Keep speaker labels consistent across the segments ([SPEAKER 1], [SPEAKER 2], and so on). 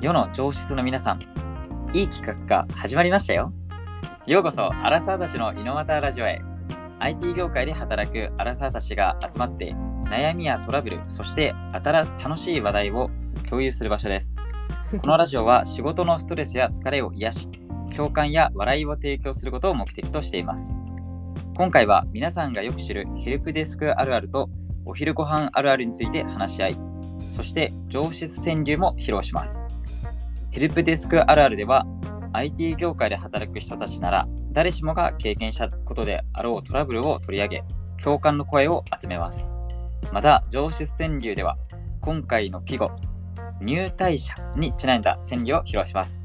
[SPEAKER 1] 世の上質の皆さんいい企画が始まりましたよようこそアラサーたちのイノワタラジオへ IT 業界で働くアラサーたちが集まって悩みやトラブルそして新楽しい話題を共有する場所ですこのラジオは仕事のストレスや疲れを癒し共感や笑いを提供することを目的としています今回は皆さんがよく知るヘルプデスクあるあるとお昼ご飯あるあるについて話し合いそして上質川柳も披露しますヘルプデスクあるあるでは IT 業界で働く人たちなら誰しもが経験したことであろうトラブルを取り上げ共感の声を集めますまた上質川柳では今回の季語入退社にちなんだ川柳を披露します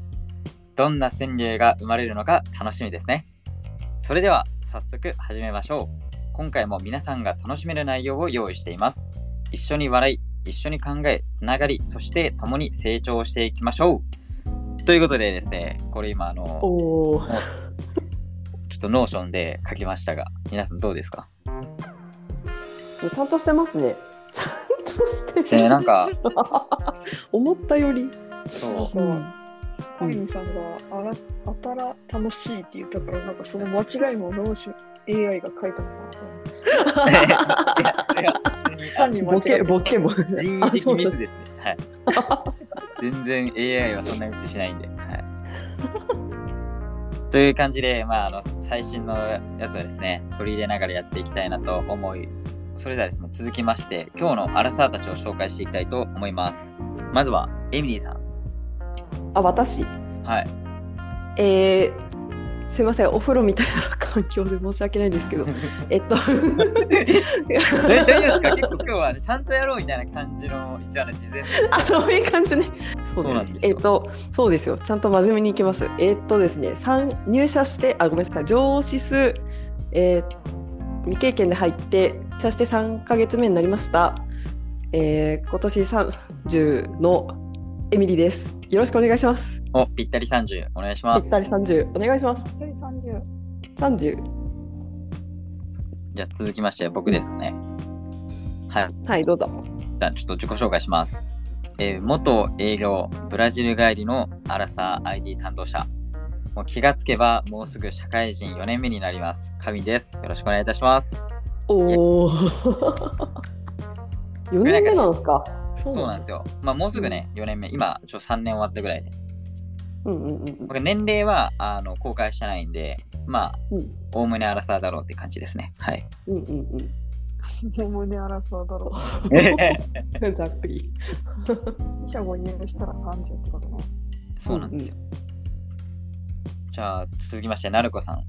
[SPEAKER 1] どんな川柳が生まれるのか楽しみですねそれでは早速始めましょう今回も皆さんが楽しめる内容を用意しています一緒に笑い一緒に考えつながりそして共に成長していきましょうということでですねこれ今あの
[SPEAKER 2] おお、
[SPEAKER 1] ちょっとノーションで書きましたが、皆さんどうですか
[SPEAKER 2] ちゃんとしてますね。ちゃんとしてる。
[SPEAKER 1] ねなんか、
[SPEAKER 2] 思ったより。
[SPEAKER 1] そう。
[SPEAKER 2] うん
[SPEAKER 3] コリンさんがあら「あたら楽しい」って言ったからなんかその間違いも脳し AI が書いたのかなと思います
[SPEAKER 1] いやいや普通にあ
[SPEAKER 3] 単に間違
[SPEAKER 2] ボ
[SPEAKER 3] って
[SPEAKER 2] ケ
[SPEAKER 3] た
[SPEAKER 2] ボケも。
[SPEAKER 1] 人為的ミスですね。はい。全然 AI はそんなミスしないんで。はい。という感じで、まあ、あの最新のやつはですね、取り入れながらやっていきたいなと思い、それではですね、続きまして、今日のアラサーたちを紹介していきたいと思います。まずは、エミリーさん。
[SPEAKER 2] あ私
[SPEAKER 1] はい。
[SPEAKER 2] えー、すいませんお風呂みたいな環境で申し訳ないんで すけどえっと
[SPEAKER 1] 大丈夫ですか結構今日は、ね、ちゃんとやろうみたいな感じの、一応あの事前の
[SPEAKER 2] あそういう感じね。そう
[SPEAKER 1] そう
[SPEAKER 2] だ
[SPEAKER 1] な
[SPEAKER 2] ね
[SPEAKER 1] んですよ
[SPEAKER 2] えっとそうですよちゃんと真面目にいきます。えっとですね三入社してあごめんなさい上司数、えー未経験で入って入社して三ヶ月目になりました。えー、今年三十のエミリーです。よろしくお願いします。
[SPEAKER 1] お、ぴったり30、お願いしま
[SPEAKER 2] ぴっ
[SPEAKER 1] す。
[SPEAKER 2] たり三十お願いします。
[SPEAKER 3] 一人30
[SPEAKER 2] 三十
[SPEAKER 1] じゃあ続きまして、僕ですかね。はい。
[SPEAKER 2] はいどうぞ。
[SPEAKER 1] じゃあちょっと自己紹介します。えー元営業、ブラジル帰りのアラサー ID 担当者。もう気がつけば、もうすぐ社会人4年目になります。神です。よろしくお願いいたします。
[SPEAKER 2] おお。四年目なんですか。そ
[SPEAKER 1] そうなんです
[SPEAKER 2] よ。
[SPEAKER 1] よ。まあ、もうすぐね、4年目。今、ちょ3年終わったぐらいで。
[SPEAKER 2] うんうんうん
[SPEAKER 1] 僕、年齢は、あの、公開してないんで、まあ、
[SPEAKER 2] うん
[SPEAKER 1] おおむねアラサーだろうって感じですね。 はい。
[SPEAKER 2] うんうんうん
[SPEAKER 3] もう胸争うだろ
[SPEAKER 2] うん。ざっくり。
[SPEAKER 3] う死者誤入したら30ってことね
[SPEAKER 1] そうなんですよ。じゃあ、続きまして、なるこさん。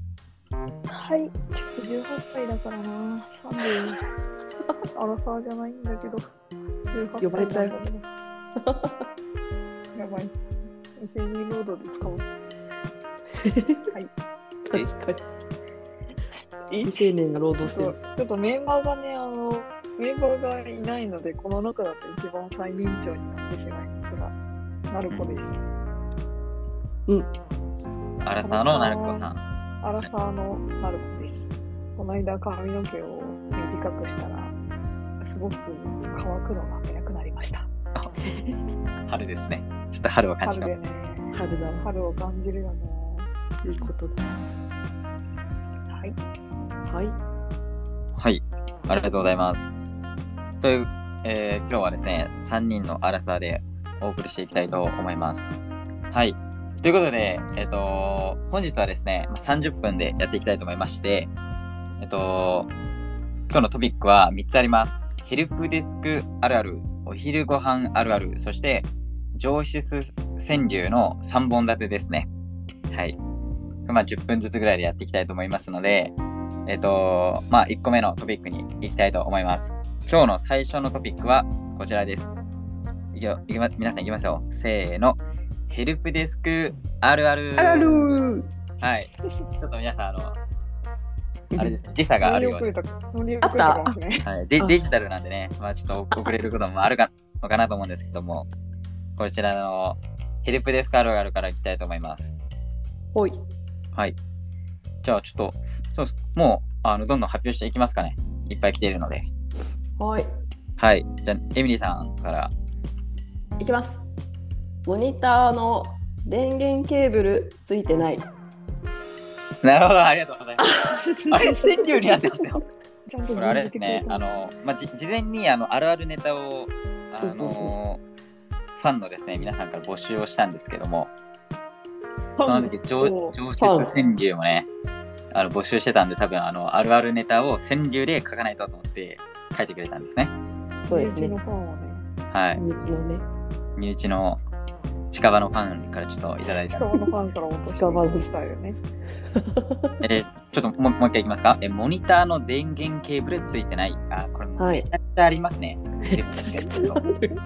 [SPEAKER 3] はいちょっと18歳だからな30争うじゃないんだけど18歳
[SPEAKER 2] 呼ばれちゃう
[SPEAKER 3] なんだけど やばい SNE ロードで使おうはい
[SPEAKER 1] え
[SPEAKER 2] 確かに。未成年が労働して
[SPEAKER 3] そう
[SPEAKER 2] る。
[SPEAKER 3] ちょっとメンバーがねあのメンバーがいないのでこの中だと一番最年長になってしまいますがなるこです、
[SPEAKER 1] アラサーのなるこさん。
[SPEAKER 3] アラサーのなるこですこの間髪の毛を短くしたらすごく乾くのが早くなりました
[SPEAKER 1] 春ですね。ちょっと春を感じ
[SPEAKER 3] 春
[SPEAKER 1] た。
[SPEAKER 3] でね
[SPEAKER 2] 春だわ。
[SPEAKER 3] 春を感じるよね
[SPEAKER 2] いいことだ。
[SPEAKER 3] はい
[SPEAKER 2] はい。
[SPEAKER 1] はい、ありがとうございます。という、えー今日はですね、3人のアラサーでお送りしていきたいと思います。はい。ということで、えっ、と、本日はですね、まあ30分でやっていきたいと思いまして、えっ、と、今日のトピックは3つあります。ヘルプデスクあるある、お昼ご飯あるある、そして、上質川柳の3本立てですね。はい。まあ、10分ずつぐらいでやっていきたいと思いますので、えっ、と、まあ、1個目のトピックに行きたいと思います。今日の最初のトピックはこちらです。いきよいきま皆さんいきますよ。せーの。ヘルプデスクあるある。
[SPEAKER 2] あらるー。
[SPEAKER 1] はい。ちょっと皆さん、あの、あれです。時差があるよう
[SPEAKER 3] 乗り
[SPEAKER 1] で
[SPEAKER 3] 遅れた乗り遅れたかもしれない
[SPEAKER 1] はい、デ
[SPEAKER 2] あ
[SPEAKER 1] デジタルなんでね、まあ、ちょっと遅れることもあるかのかなと思うんですけども、こちらのヘルプデスクあるあるからいきたいと思います。
[SPEAKER 2] ほい。
[SPEAKER 1] はい。じゃあちょっと、そうですもうあのどんどん発表していきますかね。いっぱい来ているので。
[SPEAKER 2] はい。
[SPEAKER 1] はい。じゃあ、エミリーさんから。
[SPEAKER 2] いきます。モニターの電源ケーブルついてない。
[SPEAKER 1] なるほど、ありがとうござい ます。あれ、川柳になってますよ。
[SPEAKER 3] ちゃんと
[SPEAKER 1] これあれですね、あの、まあ、じ事前にあのあるあるネタを、あのファンのですね、皆さんから募集をしたんですけども、その時、上
[SPEAKER 3] お
[SPEAKER 1] 上質川柳もね、あの募集してたんで、多分あのあるあるネタを川柳で書かないとと思って書いてくれたんですね。
[SPEAKER 2] そうです
[SPEAKER 3] 身内の
[SPEAKER 2] ね。
[SPEAKER 3] ファンはね、
[SPEAKER 1] はい。
[SPEAKER 2] 身内のね、
[SPEAKER 1] 身内の近場のファンからちょっといただいたん
[SPEAKER 3] 近
[SPEAKER 1] で
[SPEAKER 3] 場のファンから落として
[SPEAKER 2] 近場の
[SPEAKER 3] 落としたいよね。
[SPEAKER 1] す。えーちょっともうもう一回いきますか。えモニターの電源ケーブルついてない。あ、これ
[SPEAKER 2] はい
[SPEAKER 1] めちゃくちゃありますね。でも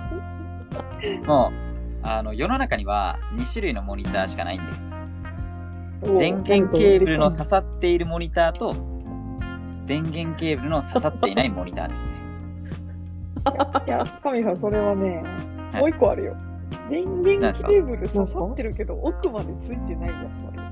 [SPEAKER 1] もうあの世の中には2種類のモニターしかないんで電源ケーブルの刺さっているモニターと電源ケーブルの刺さっていないモニターですね
[SPEAKER 3] いや、神さん、それはね、
[SPEAKER 1] はい
[SPEAKER 3] もう一個あるよ。電源ケーブル刺さってるけど、奥までついてないや つある。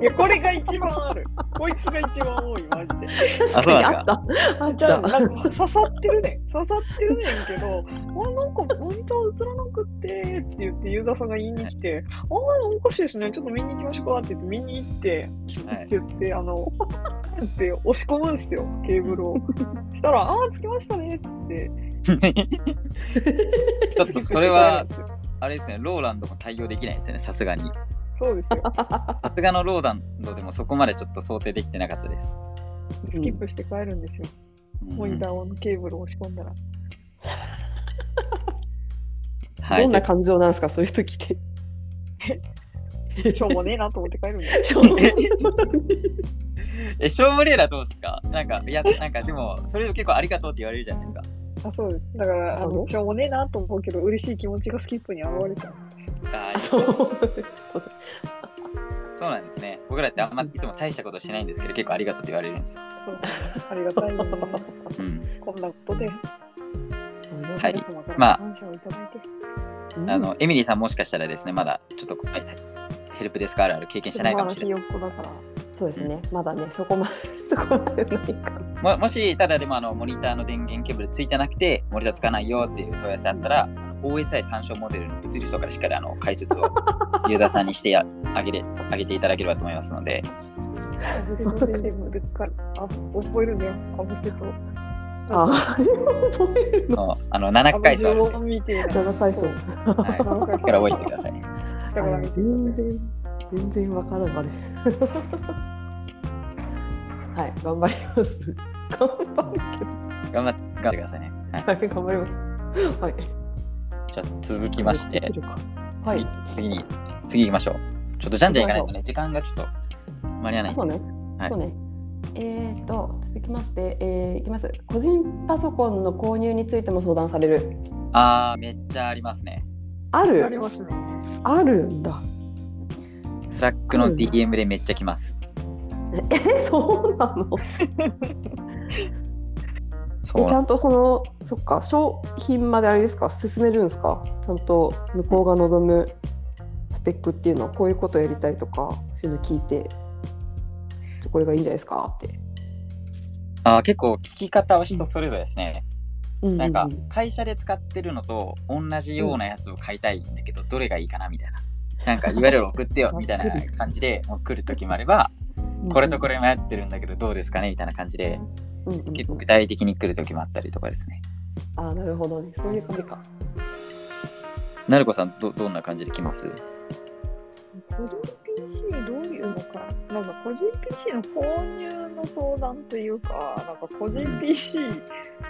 [SPEAKER 3] いや、これが一番ある。こいつが一番多い、マジで。
[SPEAKER 2] 確かにあった。あっ
[SPEAKER 3] じゃあ、
[SPEAKER 2] た。
[SPEAKER 3] なんか刺さってるね。刺さってるねんけ ど、あ、なんかモニター映らなくってって言って、ユーザーさんが言いに来て、あ、おかしいですね。ちょっと見に行きましょうかって言って、見に行って、
[SPEAKER 1] はい
[SPEAKER 3] って言って、あの、 って押し込むんですよ、ケーブ ルを。したら、あー、つきましたねっつって。
[SPEAKER 1] ちょっとそれはあれですねローランドも対応できないですねさすがに
[SPEAKER 3] そうですよ。
[SPEAKER 1] さすがのローランドでもそこまでちょっと想定できてなかったです、
[SPEAKER 3] スキップして帰るんですよ。
[SPEAKER 1] うん
[SPEAKER 3] モニターのケーブルを押し込んだら。
[SPEAKER 1] はい
[SPEAKER 2] どんな感情なんですか、そういう時って。
[SPEAKER 3] しょうもねえなと思って帰るん です
[SPEAKER 2] しょう
[SPEAKER 3] よ。
[SPEAKER 2] もない
[SPEAKER 1] えしょうもねえなどうですかなんかいやなんかでもそれでも結構ありがとうって言われるじゃないですか
[SPEAKER 3] あ、そうです。だから、あ
[SPEAKER 2] そう
[SPEAKER 3] のしょうもねえなと思うけど、嬉しい気持ちがスキップに現れたんですよ。
[SPEAKER 1] あ
[SPEAKER 2] あ
[SPEAKER 1] ー
[SPEAKER 2] そう。
[SPEAKER 1] そうなんですね僕らってあんまいつも大したことしてないんですけど結構ありがとうって言われるんですよ、
[SPEAKER 3] そうありがたい ね。
[SPEAKER 1] うん
[SPEAKER 3] こんなことで、
[SPEAKER 1] はい
[SPEAKER 3] 皆様から
[SPEAKER 1] まあ
[SPEAKER 3] 感謝をいただいて、
[SPEAKER 2] うん
[SPEAKER 1] あの、エミリーさんもしかしたらですね、まだちょっとこはいヘルプデスクあるある経験してないかもしれない。
[SPEAKER 3] まだひよっこだから。
[SPEAKER 2] そうですね。まだね、そこまで、そこまでないか。
[SPEAKER 1] ももし、ただでもあのモニターの電源ケーブルついてなくて、モニターつかないよっていう問い合わせあったら、OSI 参照モデルの物理層からしっかりあの解 説をユーザーさんにしてやあげれあげていただければと思いますの で、
[SPEAKER 3] アブセトででもでっから、あ、覚えるんだよ。アブセト。
[SPEAKER 2] ああ、覚える
[SPEAKER 1] あ
[SPEAKER 2] の。
[SPEAKER 1] のあの7回数あるので、
[SPEAKER 3] を見て、
[SPEAKER 2] 7回数
[SPEAKER 3] そう
[SPEAKER 1] はい、ここから覚えてください。
[SPEAKER 3] 下から見てる
[SPEAKER 2] 全
[SPEAKER 3] ので。
[SPEAKER 2] 然、全然わからんわね。 はい、頑張ります。頑張るけど。
[SPEAKER 1] 頑張っ頑張ってくださいね。はい、
[SPEAKER 2] はい、頑張ります。はい。
[SPEAKER 1] じゃあ続きまし
[SPEAKER 2] で
[SPEAKER 1] て
[SPEAKER 2] き、るかは
[SPEAKER 1] 次
[SPEAKER 2] い。
[SPEAKER 1] 次に次行きましょう。ちょっとじゃんじゃん行かないとね、時間がちょっと間に合わない
[SPEAKER 2] あ
[SPEAKER 1] ん
[SPEAKER 2] そ
[SPEAKER 1] で
[SPEAKER 2] う。ね。
[SPEAKER 1] はい
[SPEAKER 2] そうね。えー、と続きまして、えー、いきます個人パソコンの購入についても相談される
[SPEAKER 1] あー、めっちゃありますね。
[SPEAKER 2] あ
[SPEAKER 3] あり
[SPEAKER 2] る
[SPEAKER 3] ますね。
[SPEAKER 2] あるんだ
[SPEAKER 1] スラックの DM でめっちゃ来ます。
[SPEAKER 2] えそうなの
[SPEAKER 1] そう
[SPEAKER 2] えち
[SPEAKER 1] な
[SPEAKER 2] ゃ
[SPEAKER 1] ん
[SPEAKER 2] んとそのそっか商品まであれですか進めるんですかちゃんと向こうが望むスペックっていうのはこういうことやりたいとかそういうの聞いてじゃこれがいいんじゃないですかって、
[SPEAKER 1] あー結構聞き方は人それぞれですね。
[SPEAKER 2] ううう
[SPEAKER 1] なんか会社で使ってるのと同じようなやつを買いたいんだけど、どれがいいかなみたいな。なんかいわゆる送って よみたいな感じでもう来る時もあればこれとこれ迷ってるんだけどどうですかねみたいな感じで
[SPEAKER 2] うんうんうん
[SPEAKER 1] 結構具体的に来る時もあったりとかですね。
[SPEAKER 2] あーなるほどねそういう感じか
[SPEAKER 1] なるこさんどどんな感じで来ます
[SPEAKER 3] 個人 PC どういうのかななんか個人 PC の購入の相談というか、なんか個人 PC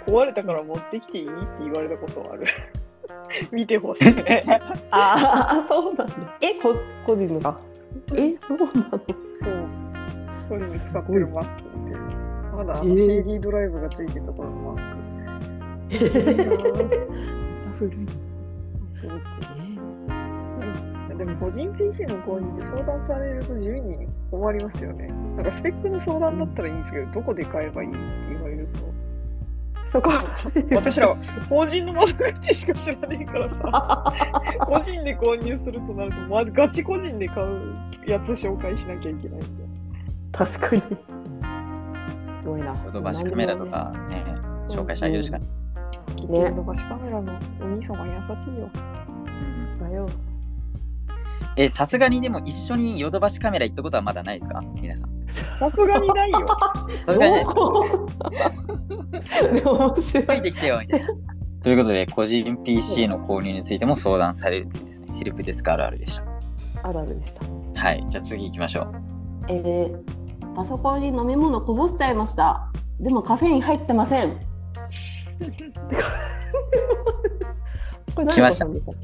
[SPEAKER 3] 壊れたから持ってきていいって言われたことはある。 見て ほしい。
[SPEAKER 2] ああそうなんだえこ個人のかえそうなの
[SPEAKER 3] そう。これで使ってる Mac って。まだあ
[SPEAKER 2] え
[SPEAKER 3] の
[SPEAKER 2] ー
[SPEAKER 3] CD ドライブがついてるところの Mac。
[SPEAKER 2] めっ ちゃ古い
[SPEAKER 3] でも個人 PC の購入で相談されると地味に困りますよね。なんかスペックの相談だったらいいんですけど、どこで買えばいいって言われると。
[SPEAKER 2] そこ
[SPEAKER 3] 私ら法人の窓口しか知らねえからさ、 個人で購入するとなると、ま、ガチ個人で買うやつ紹介しなきゃいけないんで。
[SPEAKER 2] 確かにすごいな
[SPEAKER 1] ヨドバシカメラとかね紹介してあげるしかない。
[SPEAKER 3] 伸ばしカメラのお兄様優しいよ。
[SPEAKER 2] だよ。
[SPEAKER 1] え、さすがにでも一緒にヨドバシカメラ行ったことはまだないですか皆さん。
[SPEAKER 3] さすがにないよ。
[SPEAKER 1] さすがにない
[SPEAKER 2] 濃厚ね面白
[SPEAKER 1] 解
[SPEAKER 2] い
[SPEAKER 1] い。てきてよみた いな。ということで、個人 PC の購入についても相談されるというですね、ヘルプデスクあるあるでした。
[SPEAKER 2] あるあるでした。
[SPEAKER 1] はい、じゃあ次行きましょう。
[SPEAKER 2] えーパソコンに飲み物こぼしちゃいました。でもカフェイン入ってません。これ
[SPEAKER 1] 来ました
[SPEAKER 2] 何の本でしたっ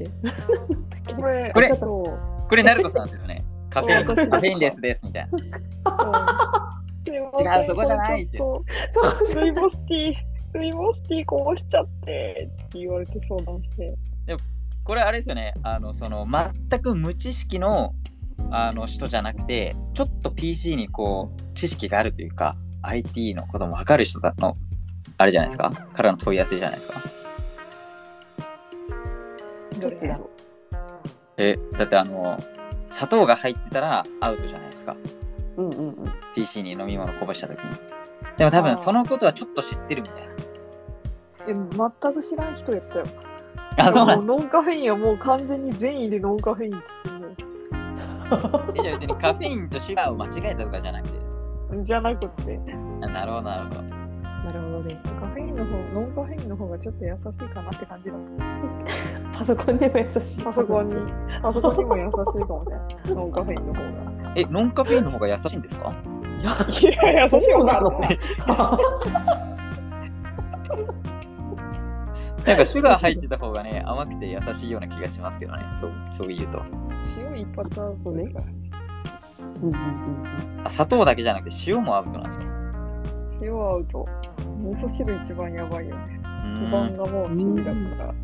[SPEAKER 2] け
[SPEAKER 3] これ、
[SPEAKER 1] これ
[SPEAKER 3] ちょっと、
[SPEAKER 1] これ、ナルコさんですよね。カフェイ
[SPEAKER 3] おかし
[SPEAKER 1] ン、
[SPEAKER 3] い
[SPEAKER 1] カフェインレスですみたいな。
[SPEAKER 3] うんすいません
[SPEAKER 1] 違うそこじゃないって
[SPEAKER 3] ちょ
[SPEAKER 2] そう
[SPEAKER 3] っとルイボスティー、ルイボスティーこぼしちゃってって言われて相談して。
[SPEAKER 1] これ、あれですよね。あの、その、全く無知識のあの人じゃなくて、ちょっと PC にこう、知識があるというか、IT のことも分かる人だの、あれじゃないですか。からの問い合わせじゃないですか。
[SPEAKER 2] どっちだろ
[SPEAKER 1] え、だってあの、砂糖が入ってたらアウトじゃないですか。
[SPEAKER 2] う。うん うんうん。
[SPEAKER 1] PC に飲み物こぼした時に。でも多分そのことはちょっと知ってるみたいな。
[SPEAKER 3] え全く知らん人やったよ。
[SPEAKER 1] あ、そう なんです。
[SPEAKER 3] もノンカフェインはもう完全に善意でノンカフェインっつってる
[SPEAKER 1] えじゃあ別にカフェインとシュガーを間違えたとかじゃなくてですか
[SPEAKER 3] のじゃなくって。
[SPEAKER 1] あなるほど、なるほど。
[SPEAKER 2] なるほどね。
[SPEAKER 3] カフェインの方、ノンカフェインの方がちょっと優しいかなって感じだっ
[SPEAKER 2] パソコンにも優しい。
[SPEAKER 3] た。パソコンに。、パソコンにも優しいかも ね。ノンカフェインの方が。
[SPEAKER 1] え、ノンカフェインの方が優しいんです か
[SPEAKER 3] いや、優しい
[SPEAKER 2] そう
[SPEAKER 3] よ
[SPEAKER 2] な
[SPEAKER 3] な
[SPEAKER 2] の。
[SPEAKER 1] なんかシュガー入ってた方がね、甘くて優しいような気がしますけどね。そう、そう言うと。
[SPEAKER 3] 塩一発アウトですからね。
[SPEAKER 2] うんうんうん
[SPEAKER 1] あ、砂糖だけじゃなくて塩もアウトなんですかう
[SPEAKER 3] 塩アウト。味噌汁一番やばいよね。基
[SPEAKER 1] ーん
[SPEAKER 3] 盤。がもう C だから。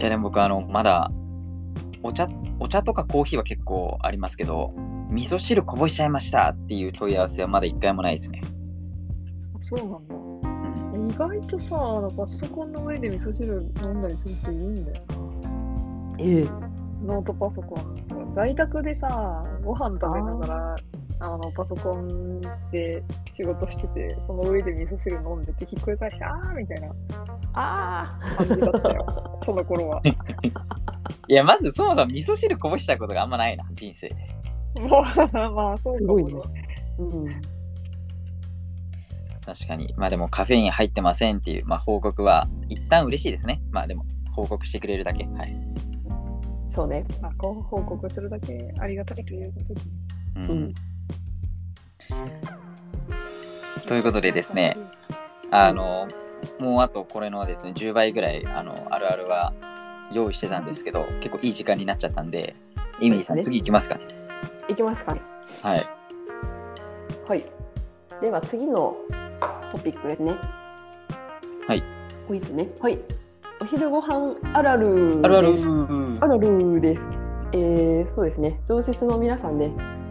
[SPEAKER 1] いや、でも僕、あの、まだ、お茶、お茶とかコーヒーは結構ありますけど、味噌汁こぼしちゃいましたっていう問い合わせはまだ一回もないですね。
[SPEAKER 3] そうなんだ。
[SPEAKER 1] うん
[SPEAKER 3] 意外とさ、あのパソコンの上で味噌汁飲んだりする人いるんだよ。
[SPEAKER 2] ええ。
[SPEAKER 3] ノートパソコンとか。在宅でさ、ご飯食べながら、あの、パソコンで仕事してて、その上で味噌汁飲んでて、ひっくり返して、あーみたいな
[SPEAKER 2] ああ。
[SPEAKER 3] 感じだったよ。その頃は。
[SPEAKER 1] いや、まずそもそも味噌汁こぼしたことがあんまないな、人生で。
[SPEAKER 3] もう、 まあ、そう
[SPEAKER 2] す
[SPEAKER 3] かも
[SPEAKER 2] ごい
[SPEAKER 3] ね
[SPEAKER 2] ね。うん。
[SPEAKER 1] 確かに。まあでもカフェイン入ってませんっていう、まあ、報告は一旦嬉しいですね。まあでも報告してくれるだけ。はい。
[SPEAKER 2] そうね。
[SPEAKER 3] まあ、こう報告するだけありがたいということで。
[SPEAKER 1] う
[SPEAKER 2] うん
[SPEAKER 1] ん、ということでですね。あの、もうあとこれのですね、10倍ぐらいあのあるあるは用意してたんですけど、結構いい時間になっちゃったんで、イミリーさん、
[SPEAKER 2] そうですね
[SPEAKER 1] 次行きますかね。
[SPEAKER 2] いきますかね。
[SPEAKER 1] はい。
[SPEAKER 2] はい。では次のトピックですね。
[SPEAKER 1] はい。
[SPEAKER 2] いいですね。はい。お昼ご飯あるある
[SPEAKER 1] あるある
[SPEAKER 2] ですあるあるです。えーそうですね。常設の皆さんね、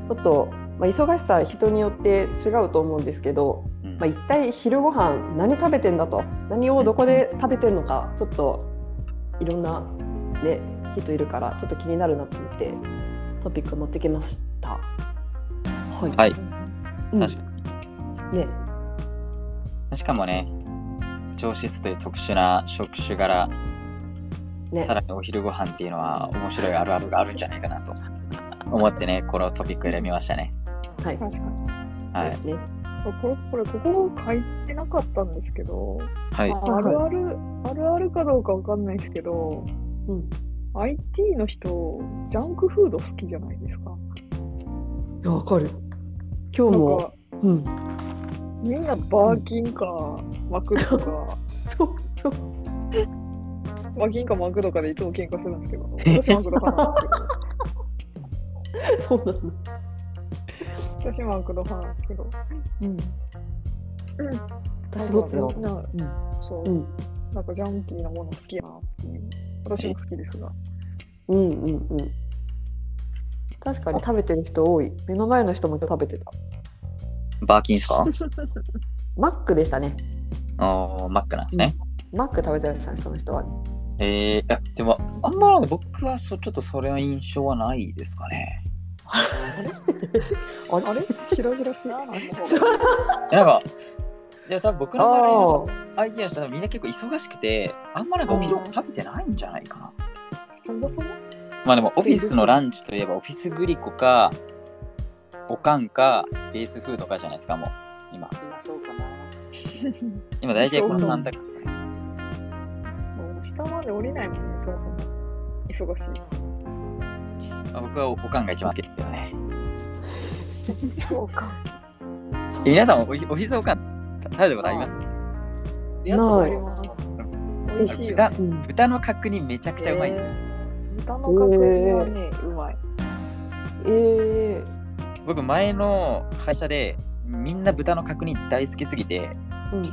[SPEAKER 2] ちょっと、まあ、忙しさは人によって違うと思うんですけど、
[SPEAKER 1] うん
[SPEAKER 2] まあ、一体昼ご飯何食べてんだと、何をどこで食べてんのか、ちょっといろんなね人いるからちょっと気になるなと思ってトピック持ってきました。はい。
[SPEAKER 1] はい
[SPEAKER 2] うん
[SPEAKER 1] 確か
[SPEAKER 2] ね。
[SPEAKER 1] に。しかもね、上質という特殊な職種柄、
[SPEAKER 2] ね
[SPEAKER 1] さ。らにお昼ご飯っていうのは面白いあるあるがあるんじゃないかなと思ってね、このトピック選びましたね。
[SPEAKER 2] はい。
[SPEAKER 3] 確かに。
[SPEAKER 1] はい
[SPEAKER 2] です。ね。
[SPEAKER 3] これ、これ、ここ書いてなかったんですけど、
[SPEAKER 1] はい。
[SPEAKER 3] まああるある、あるあるかどうかわかんないですけど、
[SPEAKER 2] うん。
[SPEAKER 3] IT の人、ジャンクフード好きじゃないですか。
[SPEAKER 2] いやわかる。今日
[SPEAKER 3] なん
[SPEAKER 2] も。
[SPEAKER 3] か、
[SPEAKER 2] うん。
[SPEAKER 3] みんなバーキンか、マクドか、
[SPEAKER 2] そうそう。
[SPEAKER 3] バーキンかマクドかでいつも喧嘩するんですけど、私マクド派なんで す
[SPEAKER 2] そうなの。
[SPEAKER 3] けど、私マクド派なんですけど、
[SPEAKER 2] うん。
[SPEAKER 3] うん
[SPEAKER 2] 私どっちだろ
[SPEAKER 3] なんかみんなそう
[SPEAKER 2] う。ん。
[SPEAKER 3] なんかジャンキーなもの好きやなっていう。私も好きですが。
[SPEAKER 2] うんうんうん。確かに食べてる人多い。目の前の人も今日食べてた。
[SPEAKER 1] バーキンですか
[SPEAKER 2] マックでしたね。
[SPEAKER 1] おーマックなんですね。
[SPEAKER 2] マック食べてましたね、その人は。
[SPEAKER 1] えー、いやでも、あんま僕はそちょっとそれの印象はないですかね。
[SPEAKER 2] あれ
[SPEAKER 3] あれ白々しい。
[SPEAKER 2] そう
[SPEAKER 1] なんか、でも多分僕の周りの
[SPEAKER 2] ああ、
[SPEAKER 1] アイディアの人はみんな結構忙しくて、あんまなんかお昼
[SPEAKER 3] うん
[SPEAKER 1] 食べてないんじゃないかな。
[SPEAKER 3] そもそも
[SPEAKER 1] まあでも
[SPEAKER 3] そ
[SPEAKER 1] オ
[SPEAKER 3] う
[SPEAKER 1] フ
[SPEAKER 3] で
[SPEAKER 1] ィ
[SPEAKER 3] す
[SPEAKER 1] スのランチといえばオフィスグリコか、おかんか、ベースフードかじゃないですか、もう今。
[SPEAKER 3] まあそうかな。
[SPEAKER 1] 今大体この
[SPEAKER 2] そう
[SPEAKER 1] 3択。
[SPEAKER 3] もう下まで降りないもんね、そもそも。忙しい
[SPEAKER 1] まあ僕はおかんが一番好きですけどね。
[SPEAKER 3] し。そうか。
[SPEAKER 1] え皆さんお、おオフィスおかん食べたことあります
[SPEAKER 3] やっと降ります。美味しいよ、
[SPEAKER 1] 豚
[SPEAKER 3] ね。
[SPEAKER 2] うん、
[SPEAKER 1] 豚の角煮めちゃくちゃうまいですよ。
[SPEAKER 3] 豚の角煮はね、うまい。
[SPEAKER 2] ええ
[SPEAKER 1] 僕前の会社でみんな豚の角煮大好きすぎて、
[SPEAKER 2] うん、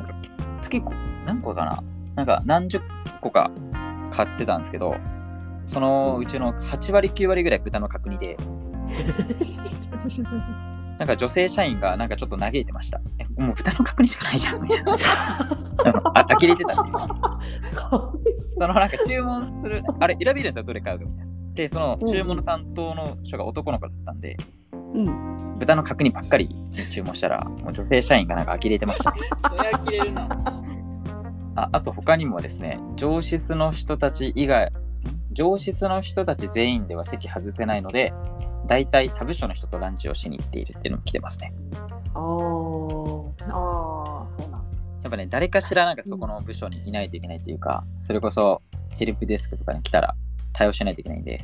[SPEAKER 1] 月何個かななんか何十個か買ってたんですけどそのうちの8割9割ぐらい豚の角煮でなんか女性社員がなんかちょっと嘆いてましたえもう豚の角煮しかないじゃんみた いなあのあ呆れてたんで
[SPEAKER 2] かわいい
[SPEAKER 1] そのなんか注文するあれ選べるんですよどれ買うかみたいなでその注文の担当の人が男の子だったんで
[SPEAKER 2] うん、
[SPEAKER 1] 豚の角煮ばっかり注文したらもう女性社員がなんか呆れてました
[SPEAKER 3] それは切れるな。
[SPEAKER 1] ああと他にもですね、上質の人たち以外、ん上質の人たち全員では席外せないので、大体他部署の人とランチをしに行っているっていうのも来てますね。
[SPEAKER 2] ああ。
[SPEAKER 3] ああ、そうなんだ。
[SPEAKER 1] やっぱね、誰かしらなんかそこの部署にいないといけないっていうか、それこそヘルプデスクとかに来たら対応しないといけないんで、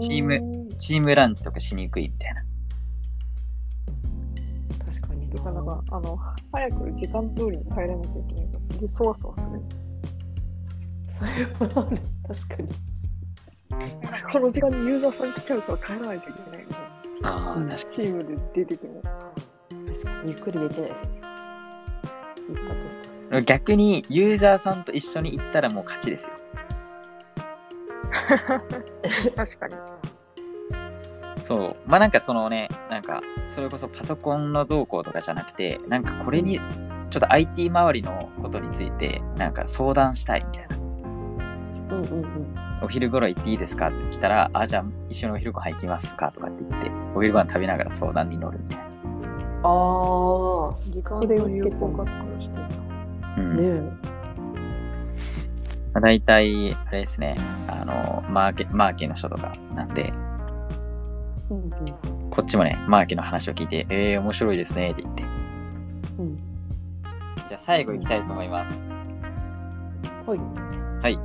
[SPEAKER 1] チー
[SPEAKER 2] ム
[SPEAKER 1] チームランチとかしにくいみたいな。
[SPEAKER 2] 確かに
[SPEAKER 3] なかなか、あの、早く時間通りに帰らなきゃいけないから、すげえそわそわする。
[SPEAKER 2] それはある確かに
[SPEAKER 3] この時間にユーザーさん来ちゃうから帰らないといけないよね。
[SPEAKER 1] あ
[SPEAKER 2] ー
[SPEAKER 1] 確か
[SPEAKER 3] チームで出てても。
[SPEAKER 2] 確かにゆっくりできないですね一泊ですか
[SPEAKER 1] に。逆にユーザーさんと一緒に行ったらもう勝ちですよ。
[SPEAKER 3] 確かに。
[SPEAKER 1] そう。まあなんかそのね、なんかそれこそパソコンの動向とかじゃなくて、なんかこれにちょっと IT 周りのことについてなんか相談したいみたいな。
[SPEAKER 2] うんうんうん
[SPEAKER 1] お昼頃行っていいですかって来たら、あ、じゃあ一緒にお昼ご飯行きますかとかって言って、お昼ご飯食べながら相談に乗るみたい
[SPEAKER 2] あ
[SPEAKER 3] 時間の有効活用してる
[SPEAKER 1] な。う
[SPEAKER 2] あ
[SPEAKER 1] ん。
[SPEAKER 2] ね
[SPEAKER 1] ま
[SPEAKER 2] え
[SPEAKER 1] あ、大体、あれですね、あの、マーケ、マーケの人とかなんで、
[SPEAKER 2] うんうん
[SPEAKER 1] こっちもね、マーケの話を聞いて、えー、面白いですねって言って。
[SPEAKER 2] うん
[SPEAKER 1] じゃあ最後行きたいと思います。
[SPEAKER 2] はい
[SPEAKER 1] はい。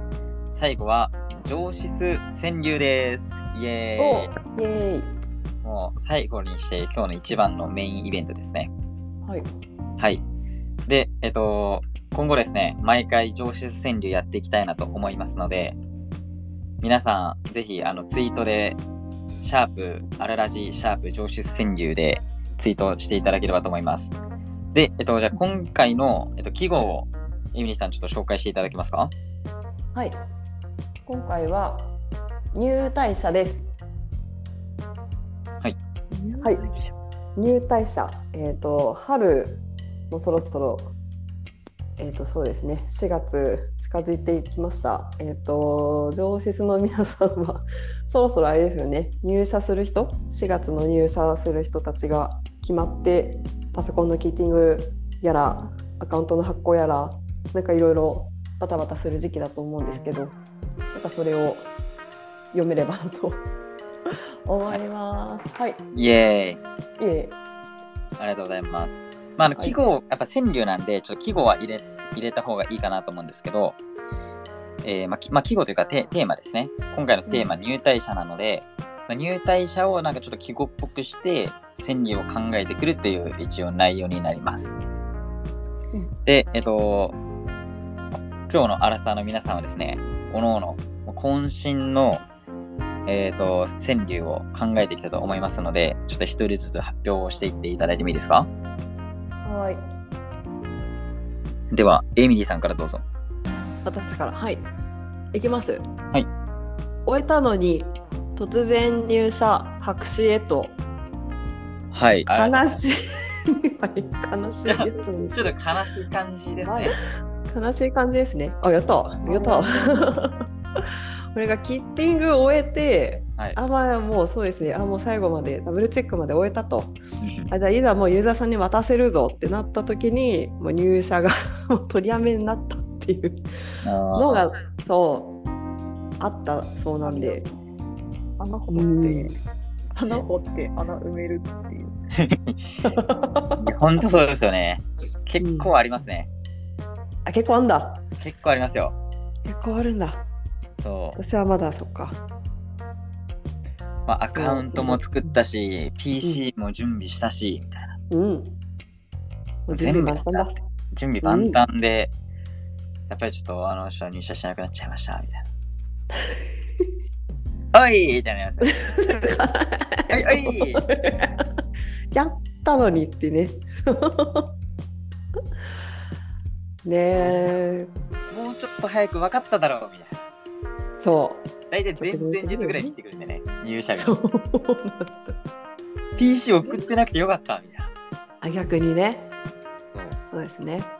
[SPEAKER 1] 最後は、上質川柳です。イエーイ。
[SPEAKER 2] おイエーイ
[SPEAKER 1] もう最後にして今日の一番のメインイベントですね。
[SPEAKER 2] はい
[SPEAKER 1] はい。で、えっと、今後ですね、毎回上質川柳やっていきたいなと思いますので、皆さん、ぜひあのツイートで、シャープ、あららじ、シャープ、上質川柳でツイートしていただければと思います。で、えっと、じゃあ今回の、えっと、季語を、エミリーさんちょっと紹介していただけますか
[SPEAKER 2] はい今回は入隊者ですはい入隊者、えー、と春もそろそろ、えー、とそうですね4月近づいていきました、えー、と上質の皆さんはそろそろあれですよね入社する人4月の入社する人たちが決まってパソコンのキーティングやらアカウントの発行やらなんかいろいろバタバタする時期だと思うんですけどなんかそれを読めればなと思います。はい、
[SPEAKER 1] イエーイ
[SPEAKER 2] いえ
[SPEAKER 1] ありがとうございます。まあ、あの
[SPEAKER 2] はい
[SPEAKER 1] 季語、やっぱ川柳なんで、ちょっと季語は入れ入れた方がいいかなと思うんですけど、えーまあ、きまあ、季語というかテテーマですね。今回のテーマ、入隊者なので、まあ、入隊者をなんかちょっと季語っぽくして、川柳を考えてくるという一応内容になります。
[SPEAKER 2] うん
[SPEAKER 1] で、えっと、今日のアラサーの皆さんはですね、おのおの、渾身の、えっと川柳を考えてきたと思いますので、ちょっと一人ずつ発表をしていっていただいてもいいですか
[SPEAKER 2] はい
[SPEAKER 1] では、エミリーさんからどうぞ。
[SPEAKER 2] 私からはいいきます
[SPEAKER 1] い
[SPEAKER 2] 終えたのに突然入社白紙へと
[SPEAKER 1] はい。
[SPEAKER 2] 悲しいはい悲しいゲットです
[SPEAKER 1] ちょっと悲しい感じですね。
[SPEAKER 2] 悲しい感 じですねあやったやったこれがキッティングを終えて
[SPEAKER 1] はい。
[SPEAKER 2] あまあもうそうですねあもう最後までダブルチェックまで終えたと
[SPEAKER 1] うん
[SPEAKER 2] あじゃあいざもうユーザーさんに渡せるぞってなった時にもう入社が もう取りやめになったっていうの
[SPEAKER 1] あー
[SPEAKER 2] がそうあったそうなんで
[SPEAKER 3] 穴掘
[SPEAKER 2] う
[SPEAKER 3] っ
[SPEAKER 2] ん
[SPEAKER 3] て、穴掘って穴埋めるっていう。
[SPEAKER 1] いや本当そうですよね。結構ありますね。
[SPEAKER 2] あ結構あんだ
[SPEAKER 1] 結構ありますよ。
[SPEAKER 2] 結構あるんだ
[SPEAKER 1] そう。
[SPEAKER 2] 私はまだそっか
[SPEAKER 1] まあ、アカウントも作ったし、PC も準備したし、みたいな。
[SPEAKER 2] うんもう準備万端だ
[SPEAKER 1] 準備万端で、やっぱりちょっとあの人は入社しなくなっちゃいました、みたいな。おいみたいなやつ。はい、おい
[SPEAKER 2] やったのにってね ねえ
[SPEAKER 1] もうちょっと早く分かっただろう、みたいな。
[SPEAKER 2] そ
[SPEAKER 1] 大体前々日ぐらいに言ってくるんでね、入社
[SPEAKER 2] う
[SPEAKER 1] 日
[SPEAKER 2] そ
[SPEAKER 1] に。
[SPEAKER 2] う
[SPEAKER 1] PC 送ってなくてよかった、みたいな。
[SPEAKER 2] あ逆にね
[SPEAKER 1] そう
[SPEAKER 2] そうですね
[SPEAKER 3] なんか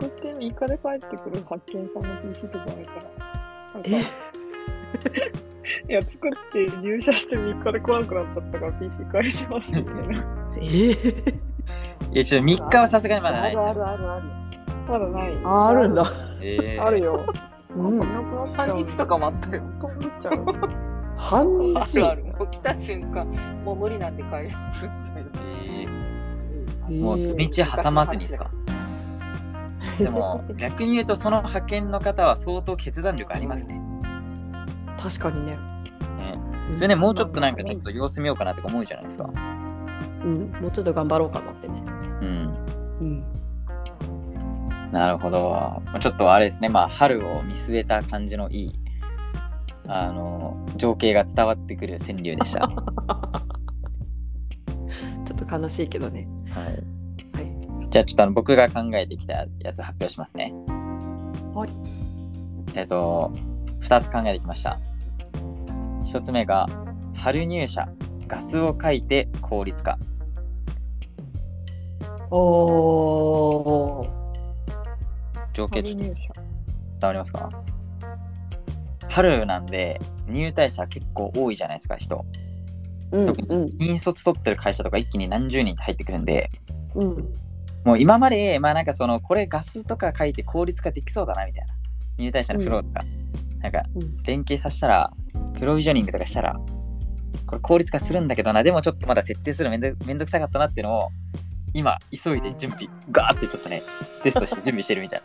[SPEAKER 3] 送って3日で帰ってくる発見さんの PC とかあるから。 なんか
[SPEAKER 2] え
[SPEAKER 3] いや、作って入社して3日で来なくなっちゃったから PC 返しますみたいな。
[SPEAKER 2] え
[SPEAKER 1] いや、ちょっと3日はさすがにまだないですよ。
[SPEAKER 3] るあるある。まだない。
[SPEAKER 2] ああるん。だ、
[SPEAKER 1] えー
[SPEAKER 3] あるよ。
[SPEAKER 2] う
[SPEAKER 3] なんか
[SPEAKER 2] ん、
[SPEAKER 3] なくなっちゃう
[SPEAKER 4] 半日とかもあったよ。
[SPEAKER 3] 飛んでっちゃう。
[SPEAKER 2] 半
[SPEAKER 4] あ
[SPEAKER 2] 日
[SPEAKER 4] るある。起きた瞬間、もう無理なんで帰りますみた
[SPEAKER 1] え
[SPEAKER 4] いな。
[SPEAKER 1] ー
[SPEAKER 2] え
[SPEAKER 1] もう
[SPEAKER 2] ー
[SPEAKER 1] 道挟まずにですか。 でも逆に言うとその派遣の方は相当決断力ありますね。
[SPEAKER 2] 確かにね
[SPEAKER 1] ね
[SPEAKER 2] うん
[SPEAKER 1] それねもうちょっとなんかちょっと様子見ようかなとか思うじゃないですか。
[SPEAKER 2] うん、もうちょっと頑張ろうかなってね
[SPEAKER 1] うん。
[SPEAKER 2] うん
[SPEAKER 1] なるほど。ちょっとあれですね。まあ春を見据えた感じのいいあの情景が伝わってくる川柳 でした。は
[SPEAKER 2] ちょっと悲しいけどね
[SPEAKER 1] い。
[SPEAKER 2] はい
[SPEAKER 1] じゃあちょっとあの僕が考えてきたやつ発表しますね。
[SPEAKER 2] はい。
[SPEAKER 1] えっと2つ考えてきました。1つ目が春入社ガスを書いて効率化。
[SPEAKER 2] おー
[SPEAKER 1] 情景ちょっと
[SPEAKER 3] 入社
[SPEAKER 1] 伝わりますか春なんで入隊者結構多いじゃないですか人
[SPEAKER 2] うん
[SPEAKER 1] 特
[SPEAKER 2] うん
[SPEAKER 1] 新卒取ってる会社とか一気に何十人って入ってくるんで
[SPEAKER 2] うん
[SPEAKER 1] もう今までまあなんかそのこれガスとか書いて効率化できそうだなみたいな入隊者のフローとか、なんか
[SPEAKER 2] うん
[SPEAKER 1] 連携させたらプロビジョニングとかしたらこれ効率化するんだけどなでもちょっとまだ設定するのめんどめんどくさかったなっていうのを今急いで準備ガーってちょっと ねテストして準備してるみたい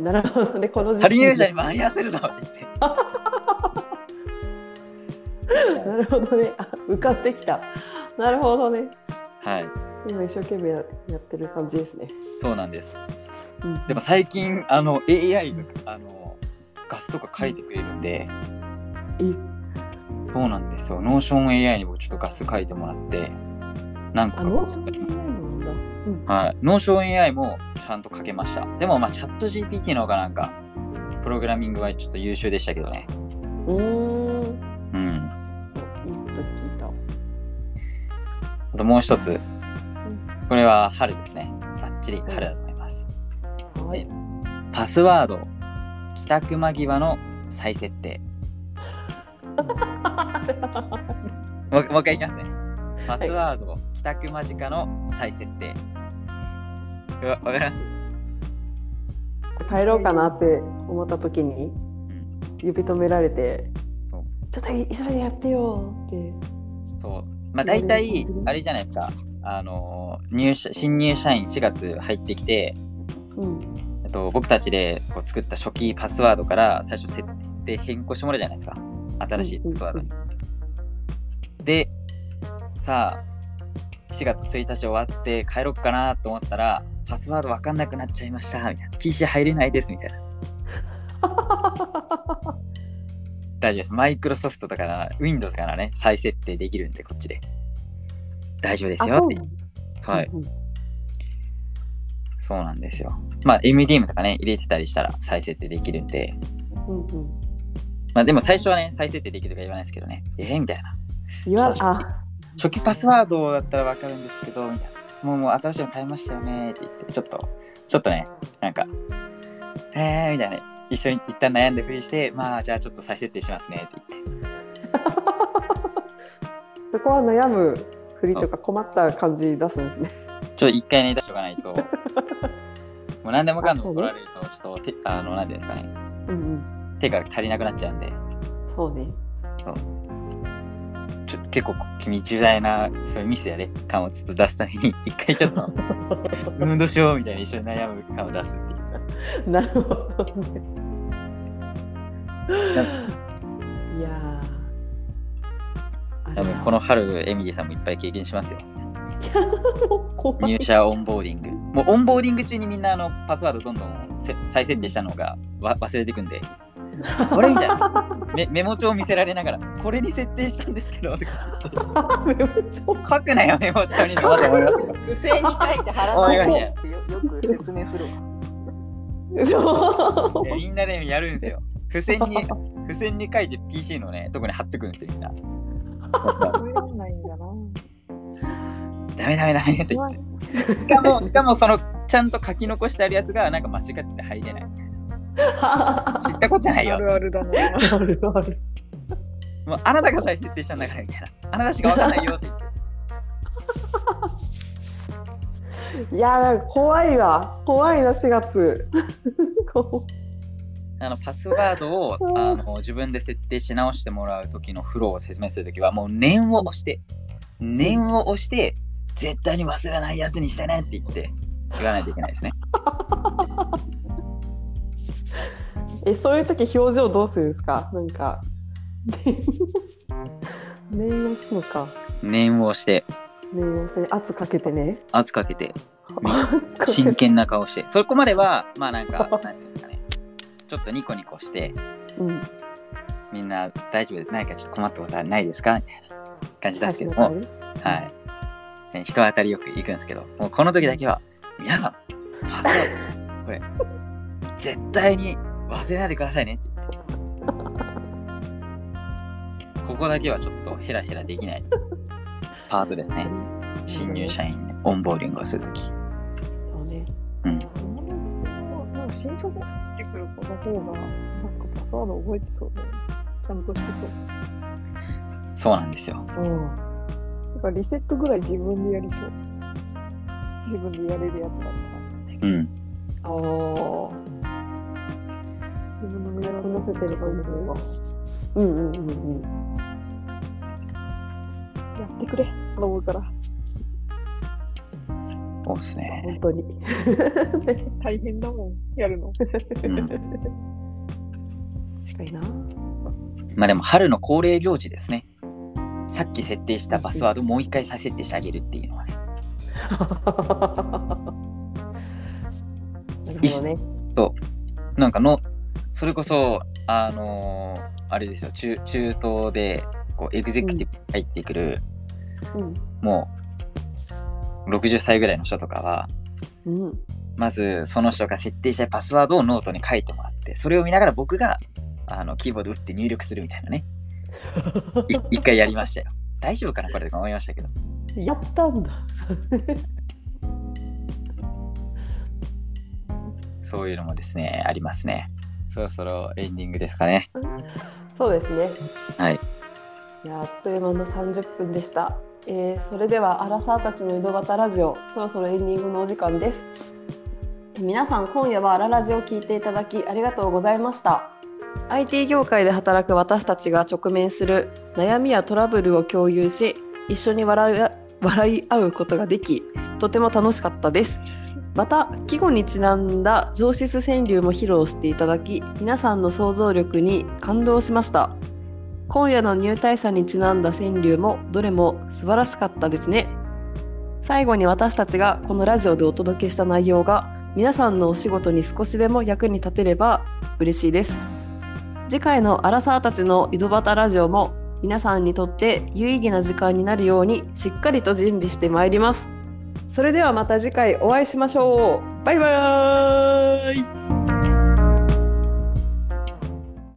[SPEAKER 1] な
[SPEAKER 2] なるほどねこの時期
[SPEAKER 1] 春入社に間に合わせるぞって言って
[SPEAKER 2] なるほどね あ浮かってきたなるほどね
[SPEAKER 1] はい
[SPEAKER 2] 今一生懸命やってる感じですね、
[SPEAKER 1] そうなんです
[SPEAKER 2] うん、
[SPEAKER 1] でも最近あの AI があのガスとか書いてくれるんで
[SPEAKER 2] いい
[SPEAKER 1] そうなんですよノーション AI に僕ちょっとガス書いてもらって何個
[SPEAKER 2] あ
[SPEAKER 1] か
[SPEAKER 2] ノーション AI なんだうん
[SPEAKER 1] はい、ノーション AI もちゃんと書けましたでもまあチャット GPT の方がなんかプログラミングはちょっと優秀でしたけどね
[SPEAKER 2] うーん
[SPEAKER 1] うん
[SPEAKER 2] いいこと聞いた
[SPEAKER 1] あともう一つこれは春ですねバッチリ春だと思います
[SPEAKER 2] はい
[SPEAKER 1] パスワード帰宅間際の再設定もうもう一回いきますね。パスワード、帰宅間近の再設定。うわわかります
[SPEAKER 2] 帰ろうかなって思った時に
[SPEAKER 1] ん
[SPEAKER 2] 指止められて
[SPEAKER 1] そう
[SPEAKER 2] 「ちょっと急いでやってよ」って
[SPEAKER 1] そう。まあ大体
[SPEAKER 2] うん、
[SPEAKER 1] あれじゃないですか。あのー、入社、新入社員4月入ってきて、
[SPEAKER 2] うん
[SPEAKER 1] えっと、僕たちでこう作った初期パスワードから最初設定変更してもらうじゃないですか。新しいパスワードに。で、さあ、4月1日終わって帰ろっかなと思ったら、パスワードわかんなくなっちゃいました、みたいな。PC 入れないです、みたいな。大丈夫です。マイクロソフトだから、Windows からね、再設定できるんで、こっちで。大丈夫ですよって。はい。
[SPEAKER 2] うん
[SPEAKER 1] そうなんですよ。まあ、MDM とかね、入れてたりしたら再設定できるんで、
[SPEAKER 2] うんうん
[SPEAKER 1] まあ、でも最初はね、再設定できるとか言わないですけどね、えー、みたいな。
[SPEAKER 2] 言わ
[SPEAKER 1] そう
[SPEAKER 2] あ
[SPEAKER 1] 初期パスワードだったらわかるんですけど、みたいな。もうもう新しいの買いましたよねって言って、ちょっと、ちょっとね、なんか、えーみたいな。一緒に一旦悩んでふりして、まあじゃあちょっと再設定しますねって言って。
[SPEAKER 2] そこは悩むふりとか困った感じ出すんですね。
[SPEAKER 1] ちょっと一回ね、出しておかないと。もう何でもかんでも怒られると、ちょっと手、あの、なん ていうんですかね、
[SPEAKER 2] うんうん。
[SPEAKER 1] 手が足りなくなっちゃうんで、
[SPEAKER 2] そうね。
[SPEAKER 1] ちょ結構君重大なそういうミスやね感をちょっと出すために、一回ちょっと、うん、どうしようみたいな一緒に悩む感を出すっていう。
[SPEAKER 2] なるほどね。いやー。
[SPEAKER 1] 多分 こ
[SPEAKER 2] の
[SPEAKER 1] の春、エミリーさんもいっぱい経験しますよ。
[SPEAKER 2] 怖い
[SPEAKER 1] 入社オンボーディング。もうオンボーディング中にみんなあのパスワードどんどんせ再設定したのがわ忘れてくんで、これみたいな。メメモ帳を見せられながら、これに設定したんですけど、とか
[SPEAKER 2] めっちゃ怖い
[SPEAKER 1] 書くなよ、メモ帳に。まだ思いますけど。
[SPEAKER 4] 不正に書いて
[SPEAKER 1] おいお
[SPEAKER 4] 腹
[SPEAKER 1] いおい
[SPEAKER 4] すいよよく説明するわ。
[SPEAKER 2] そう
[SPEAKER 1] いやみんなでやるんですよ。付箋に、付箋に書いて PC のね、とこに貼っとくんですよ、み んな。
[SPEAKER 3] 覚えられないんだな。
[SPEAKER 1] ダメダメダメって言って。しかも、しかもその、ちゃんと書き残してあるやつが、なんか間違って入れない。
[SPEAKER 2] あ
[SPEAKER 1] 知ったことじゃない
[SPEAKER 3] あ
[SPEAKER 1] よ。
[SPEAKER 3] るあるだな。
[SPEAKER 2] るある。
[SPEAKER 1] もうあなたが再設定したんだから、みたいな。あなたしかわかんないよって言って。
[SPEAKER 2] いやーなんか怖いわ。怖いな4月。 こ
[SPEAKER 1] あのパスワードをあの自分で設定し直してもらう時のフローを説明する時はもう念を押して念を押して絶対に忘れないやつにしてねって言って言わないといけないですね。
[SPEAKER 2] うえそういう時表情どうするんですか。なんか 念を押すのか。
[SPEAKER 1] 念を押して
[SPEAKER 2] 念を押して圧かけてね。
[SPEAKER 1] 圧かけて
[SPEAKER 2] 圧かけ
[SPEAKER 1] 真
[SPEAKER 2] て。
[SPEAKER 1] 剣な顔してそこまではまあなんかなんていうんですかねちょっとニコニコして
[SPEAKER 2] うん。
[SPEAKER 1] みんな大丈夫です何かちょっと困ったことはないですかみたいな感じなんですけど
[SPEAKER 2] 最
[SPEAKER 1] も、
[SPEAKER 2] 初の
[SPEAKER 1] はいね、人当たりよく行くんですけどもうこの時だけは皆さんパスワードこれ絶対に忘れないでくださいねって言ってここだけはちょっとヘラヘラできないパートですね新入社員のオンボーディングをするとき
[SPEAKER 2] そうね。
[SPEAKER 1] うん
[SPEAKER 3] 今のところ、なんか新卒入ってくる子の方が、なんかパスワード覚えてそうだよね。ちゃんとしてそう。
[SPEAKER 1] そうなんですよ
[SPEAKER 2] うん。
[SPEAKER 3] なんかリセットぐらい自分でやりそう。自分でやれるやつだった
[SPEAKER 1] う
[SPEAKER 3] ら。
[SPEAKER 1] ん
[SPEAKER 2] ああ。
[SPEAKER 3] 自分の身
[SPEAKER 2] こな
[SPEAKER 3] を
[SPEAKER 2] せ
[SPEAKER 3] せ
[SPEAKER 2] て
[SPEAKER 3] て
[SPEAKER 2] る
[SPEAKER 3] る
[SPEAKER 2] 感じ
[SPEAKER 3] 感
[SPEAKER 2] うんうんうんうん。
[SPEAKER 3] じやってくれ、頼むから。
[SPEAKER 1] そうですね
[SPEAKER 2] 本当に。
[SPEAKER 3] 大変だもん、やるの。
[SPEAKER 1] うん
[SPEAKER 2] 確か にな。
[SPEAKER 1] まあでも春の恒例行事ですね。さっき設定したパスワードをもう一回再設定してあげるっていうのはね。
[SPEAKER 2] なるほどね。
[SPEAKER 1] なんかの、それこそ、あのーあれですよ、中中東でこうエグゼクティブ入ってくる、
[SPEAKER 2] うん。
[SPEAKER 1] もう60歳ぐらいの人とかは、
[SPEAKER 2] うん。
[SPEAKER 1] まずその人が設定したパスワードをノートに書いてもらって、それを見ながら僕があのキーボード打って入力するみたいなね、い一回やりましたよ。大丈夫かなこれとか思いましたけど。
[SPEAKER 2] やったんだ。
[SPEAKER 1] そういうのもですね、ありますね。そろそろエンディングですかね。
[SPEAKER 2] そうですね。
[SPEAKER 1] はい。
[SPEAKER 2] いやあっという間の30分でした。えーそれではアラサーたちの井戸端ラジオそろそろエンディングのお時間です。皆さん今夜はアララジオを聞いていただきありがとうございました。IT 業界で働く私たちが直面する悩みやトラブルを共有し一緒に笑い笑い合うことができとても楽しかったです。また季語にちなんだ上質川柳も披露していただき皆さんの想像力に感動しました今夜の入隊者にちなんだ川柳もどれも素晴らしかったですね最後に私たちがこのラジオでお届けした内容が皆さんのお仕事に少しでも役に立てれば嬉しいです次回のアラサーたちの井戸端ラジオも皆さんにとって有意義な時間になるようにしっかりと準備してまいりますそれではまた次回お会いしましょう。バイバーイ。